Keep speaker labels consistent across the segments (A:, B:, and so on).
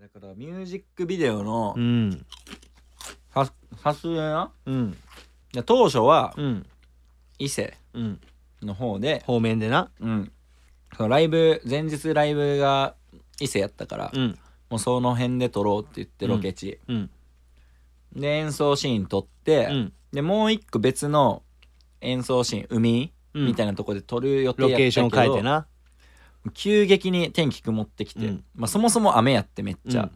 A: だからミュージックビデオの
B: うん
A: さ撮影な
B: うん
A: いや当初は
B: うん
A: 伊勢
B: うん
A: の方で、
B: 方面でな
A: うん、そのライブ前日ライブが伊勢やったから、
B: ん
A: もうその辺で撮ろうって言ってロケ地、
B: うん
A: で演奏シーン撮って、
B: うん
A: でもう一個別の演奏シーン海、
B: うん
A: みたいなとこで撮る予定やっ
B: ロ
A: たけど
B: ケーションを変えてな
A: 急激に天気曇ってきて、
B: うん
A: まあ、そもそも雨やってめっちゃ、
B: うん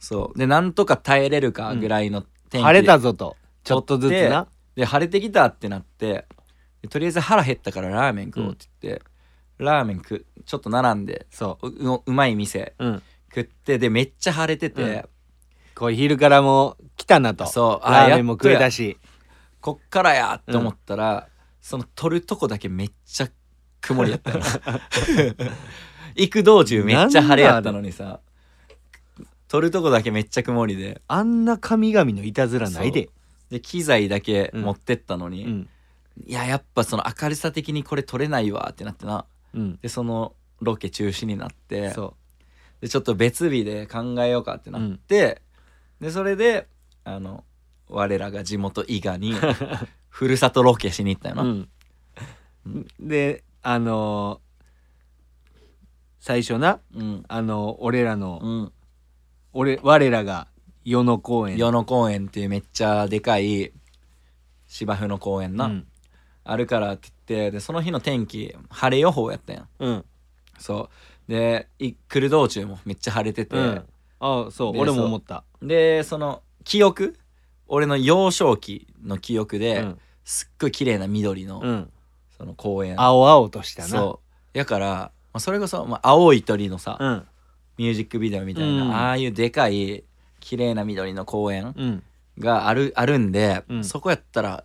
A: そうでなんとか耐えれるかぐらいの天気で、
B: 晴れたぞとちょっとずつな
A: で晴れてきたってなってでとりあえず腹減ったからラーメン食おうって言って、ラーメン食うちょっと並んで
B: そう
A: ううまい店
B: ううん
A: 食ってでめっちゃ晴れてて、
B: うんこう昼からもう来たなと
A: そうあ
B: ラーメンも食えたし
A: こっからやって思ったら、その取るとこだけめっちゃ曇りや ったの行く道中めっちゃ晴れやったのにさ取るとこだけめっちゃ曇りで
B: あんな神々のいたずらないで
A: で機材だけ持ってったのに、
B: うん
A: いややっぱその明るさ的にこれ取れないわってなってな
B: うん
A: でそのロケ中止になって
B: そ
A: でちょっと別日で考えようかってなって、でそれであの我らが地元伊賀 にふるさとロケしに行ったよ
B: う
A: な、
B: うん
A: うん
B: であのー最初な
A: うん
B: あのー俺らの
A: うん、
B: 俺我らが与野公園
A: 与野公園っていうめっちゃでかい芝生の公園な、
B: うん
A: あるからって言ってでその日の天気晴れ予報やったやん
B: うん
A: そうでい来る道中もめっちゃ晴れてて、
B: うんあそう
A: で
B: 俺も思った
A: でその記憶俺の幼少期の記憶で、
B: うん
A: すっごい綺麗な緑の、
B: うん
A: その公園
B: 青々としたな
A: そうやから、まあ、それこそ、まあ、青い鳥のさ、
B: うん
A: ミュージックビデオみたいな、
B: うん
A: ああいうでかい綺麗な緑の公園
B: うん
A: があるあるんで、
B: うん
A: そこやったら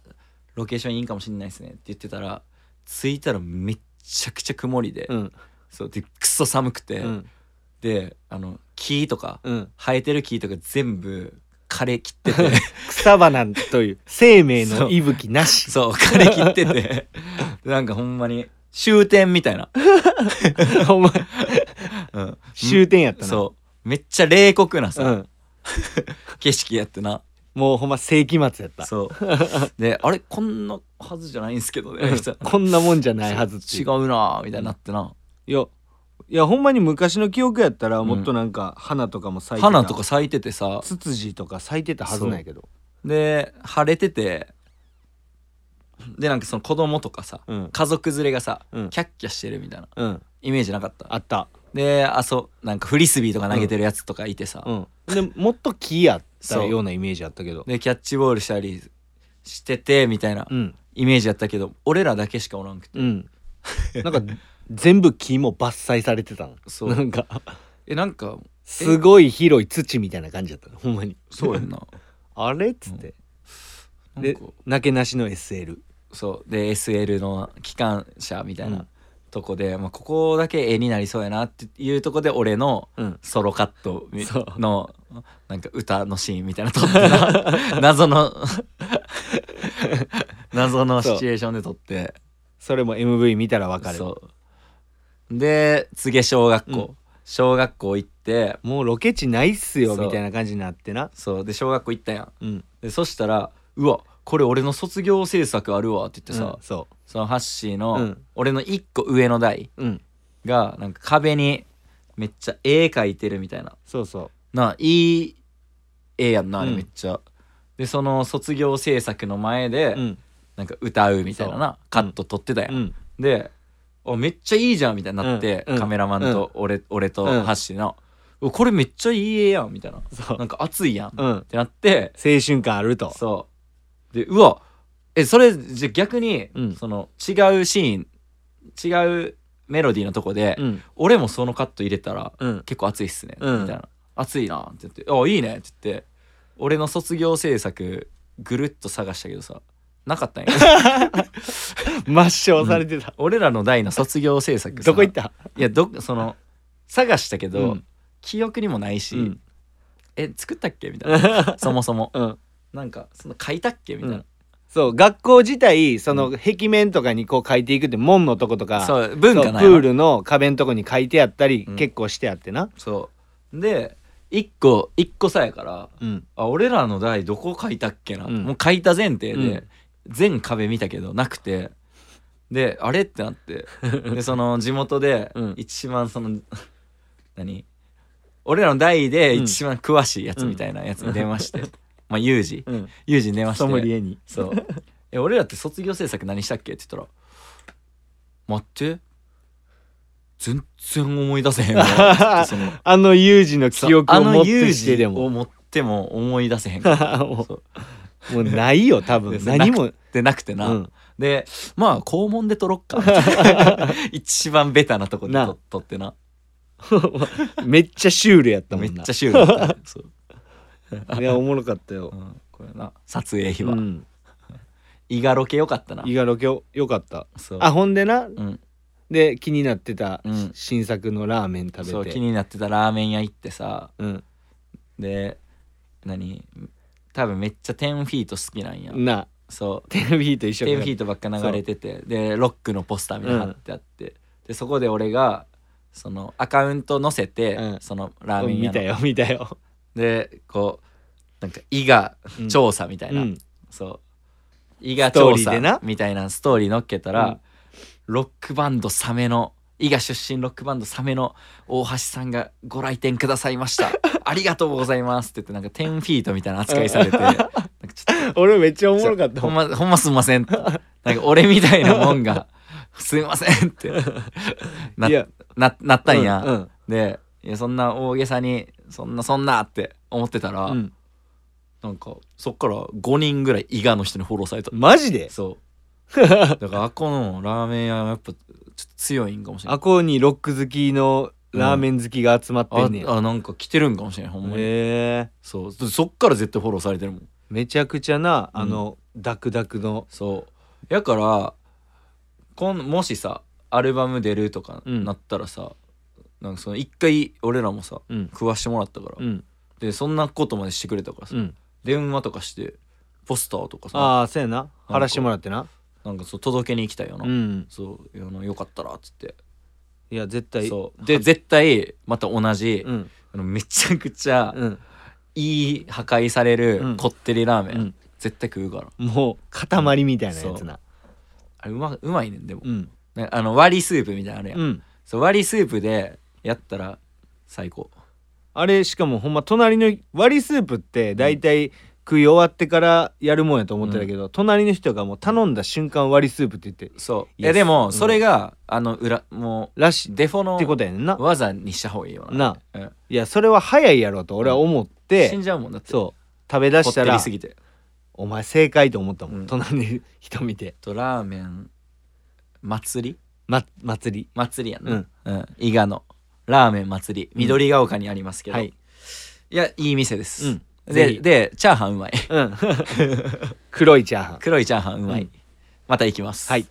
A: ロケーションいいんかもしんないですねって言ってたら着いたらめっちゃくちゃ曇りで,、
B: うん
A: そうでくっそ寒くて、
B: うん
A: であの木とか、
B: うん
A: 生えてる木とか全部枯れ切ってて
B: 草花という生命の息吹な し
A: そう枯れ切っててなんかほんまに終点みたいな、
B: お前
A: うん、
B: 終点やったな
A: そうめっちゃ冷酷なさ、
B: うん
A: 景色やってな
B: もうほんま世紀末やった
A: そう であれこんなはずじゃないんすけどねみたいな
B: こんなもんじゃないはずってい
A: 違
B: う
A: うなぁみたいになってな、
B: いやいやほんまに昔の記憶やったら
A: ん
B: もっとなんか花とかも咲いてた
A: 花とか咲いててさ
B: ツツジとか咲いてたはずなんやけど
A: で晴れててでなんかその子供とかさ、
B: うん
A: 家族連れがさ、
B: うん
A: キャッキャしてるみたいな
B: うん
A: イメージなかった
B: あった
A: であそうなんかフリスビーとか投げてるやつとかいてさ、
B: うんでもっと木やった
A: そう
B: ようなイメージあったけど
A: でキャッチボールしたりしててみたいな
B: うん
A: イメージやったけど、俺らだけしかおらんくて、
B: うんなんか全部木も伐採されてたの
A: そう
B: なんか
A: えなんか
B: すごい広い土みたいな感じだったのほんまに
A: そうや んな
B: あれっつって、
A: なん
B: で
A: か
B: なけなしの SL
A: そうで SL の機関車みたいな、
B: うん
A: とこで、まあ、ここだけ絵になりそうやなっていうとこで俺の
B: うん
A: ソロカットみ
B: そう
A: のなんか歌のシーンみたいなの撮ってな 謎の謎のシチュエーションで撮って
B: それも MV 見たらわかる
A: そうで柘植小学校、
B: う
A: 小学校行って
B: もうロケ地ないっすよ
A: そう
B: みたいな感じになってな
A: そうで小学校行ったやん
B: うん
A: でそしたら「うわこれ俺の卒業制作あるわ」って言ってさ、
B: うんそ
A: そのハッシー
B: う
A: の
B: ん
A: 俺の1個上の台、
B: ううん
A: がなんか壁にめっちゃ絵描いてるみたいな
B: そうそ
A: なあいい絵やんなあれ
B: うん
A: めっちゃ、でその卒業制作の前で、
B: ううん
A: なんか歌うみたいななカット撮ってたやん、
B: うん
A: であめっちゃいいじゃんみたいになって、
B: うんうん
A: カメラマンと俺,、俺と
B: うん
A: ハッシーの、うわこれめっちゃいい絵やんみたいな
B: そう
A: なんか熱いやん、っ
B: うん
A: てなって
B: 青春感あると
A: そうでうわえそれじゃ逆に、
B: うん
A: その違うシーン違うメロディーのとこで、
B: うん
A: 俺もそのカット入れたら
B: うん
A: 結構熱いっすね、
B: うん
A: みたいな「熱いな」って言って「あいいね」って言って俺の卒業制作ぐるっと探したけどさなかったんや
B: 抹消されてた、
A: 俺らの代の卒業制作さ
B: どこ行った
A: いやどその探したけど、
B: うん
A: 記憶にもないし「
B: うん
A: え作ったっけ?」み たいなそもそも
B: うん
A: なんかその書いたっけみたいな、
B: そう学校自体その壁面とかにこう書いていくって門のとことか
A: そう文化
B: そう
A: な
B: プ
A: い
B: ー
A: わ
B: ルの壁のとこに書いてあったり
A: うん
B: 結構してあってな
A: そうで一個一個さやから
B: うん
A: あ俺らの代どこ書いたっけな、
B: うん
A: もう書いた前提で、
B: うん
A: 全壁見たけどなくてであれってな ってでその地元で
B: うん
A: 一番その、何俺らの代で
B: うん
A: 一番詳しいやつみたいなやつに電話して、まあユージ
B: うん
A: ユージに電話して
B: ソムリエに
A: そう「え俺らって卒業制作何したっけ?」って言ったら「待って全然思い出せへん わ」つってその
B: あのユージの記憶
A: あ
B: を持
A: の
B: っ
A: 友
B: てしてで
A: 人を
B: も
A: 持っても思い出せへんから
B: も
A: そう
B: うもうないよ多分
A: で
B: 何も
A: でなくてな、
B: うん
A: でまあ肛門で取ろっ かみたいな一番ベタなとこで
B: な
A: 取取ってな
B: めっちゃシュールやったも
A: め
B: ん
A: っ
B: な
A: ちゃシュールだったそう、
B: いやおもろかったよ
A: う、ん、これな撮影費
B: う
A: は、
B: ん、
A: 胃がロケよかったな
B: 伊賀ロケよかった
A: そう
B: あほんでな
A: うん
B: で気になってた
A: うん
B: 新作のラーメン食べて
A: そう気になってたラーメン屋行ってさ
B: うん、
A: で何多分めっちゃ10フィート好きなんや、
B: な
A: そう
B: テレビと一緒
A: 10フィートばっか流れててでロックのポスターみたいなの貼ってあって、でそこで俺がそのアカウント載せて、
B: うん
A: そのラーメン
B: 見
A: 屋
B: た
A: の
B: よ見たよ
A: でこうなんか伊賀
B: うん
A: 調査みたいうな、
B: ん
A: そう伊賀
B: ストー
A: 調
B: リーで
A: 査
B: な
A: みたいなストーリー乗っけたら、
B: うん
A: ロックバンドサメの伊賀出身ロックバンドサメの大橋さんがご来店くださいました ありがとうございますって言ってなんか10フィートみたいな扱いさ れてなんかちょっと
B: 俺めっちゃおもろかった
A: ほ
B: も
A: ん
B: ん
A: まほんますんませんなんか俺みたいなもんが「すいません」っ てない
B: や
A: ななったんや、
B: うんうん
A: でいやそんな大げさにそんなそんなって思ってたら、
B: うん
A: なんかそっから5人ぐらい伊賀の人にフォローされた
B: マジで
A: そう だからあっこのラーメン屋はやっぱちょっと強いんかもしれな
B: あ
A: い
B: こにロック好きのラーメン好きが集まって
A: あ
B: んねん、
A: あなんか来てるんかもしれないほんまに、
B: へえ
A: そうそそっから絶対フォローされてるもん
B: めちゃくちゃな
A: うん
B: あの、ダクダクの
A: そうやからこんもしさアルバム出るとか
B: うん
A: なったらさ、なんかその一回俺らもさ
B: うん
A: 食わしてもらったから、
B: うん
A: でそんなことまでしてくれたからさ、
B: うん
A: 電話とかしてポスターとかさ
B: ああそうやな
A: か
B: 晴らしてもらってな
A: なんかそう届けに行きたいよな、
B: うん
A: そうあのよかったらっつって、
B: いや絶対
A: そうで絶対また同じ、
B: うん
A: あのめちゃくちゃ
B: うん
A: いい破壊され
B: う
A: る
B: ん
A: こってりラーメン、
B: うん
A: 絶対食うから
B: もう塊みたいなやつな
A: あれうまうまいねんでも、
B: うん
A: ねあの割りスープみたいなのあるやん
B: うん
A: そう割りスープでやったら最高
B: あれしかもほんま隣の割りスープって大体食い終わってからやるもんやと思ってたけど、隣の人がもう頼んだ瞬間割りスープって言って
A: そうい
B: Yes
A: やでも
B: うん
A: それが、あの裏も
B: らし
A: う
B: いっ
A: デフォ
B: てこ
A: の
B: とやねんな
A: 技にした方がいいよな
B: な
A: うん、
B: いやそれは早いやろと俺は思って、
A: 死んじゃうもんだって
B: そう食べだ
A: こ
B: し
A: って
B: た
A: り
B: ら
A: すぎて
B: お前正解と思ったもん、
A: うん
B: 隣の人見て
A: とラーメン祭り
B: ま祭り
A: 祭りやんな、
B: うん
A: 伊賀のラーメン祭り緑が丘にありますけど、、
B: はいい
A: やいい店です、
B: うんぜ
A: で
B: ひ
A: でチャーハンうまい
B: うん 黒いチャーハン
A: 黒いチャーハンうまい、
B: うん
A: また行きます
B: はい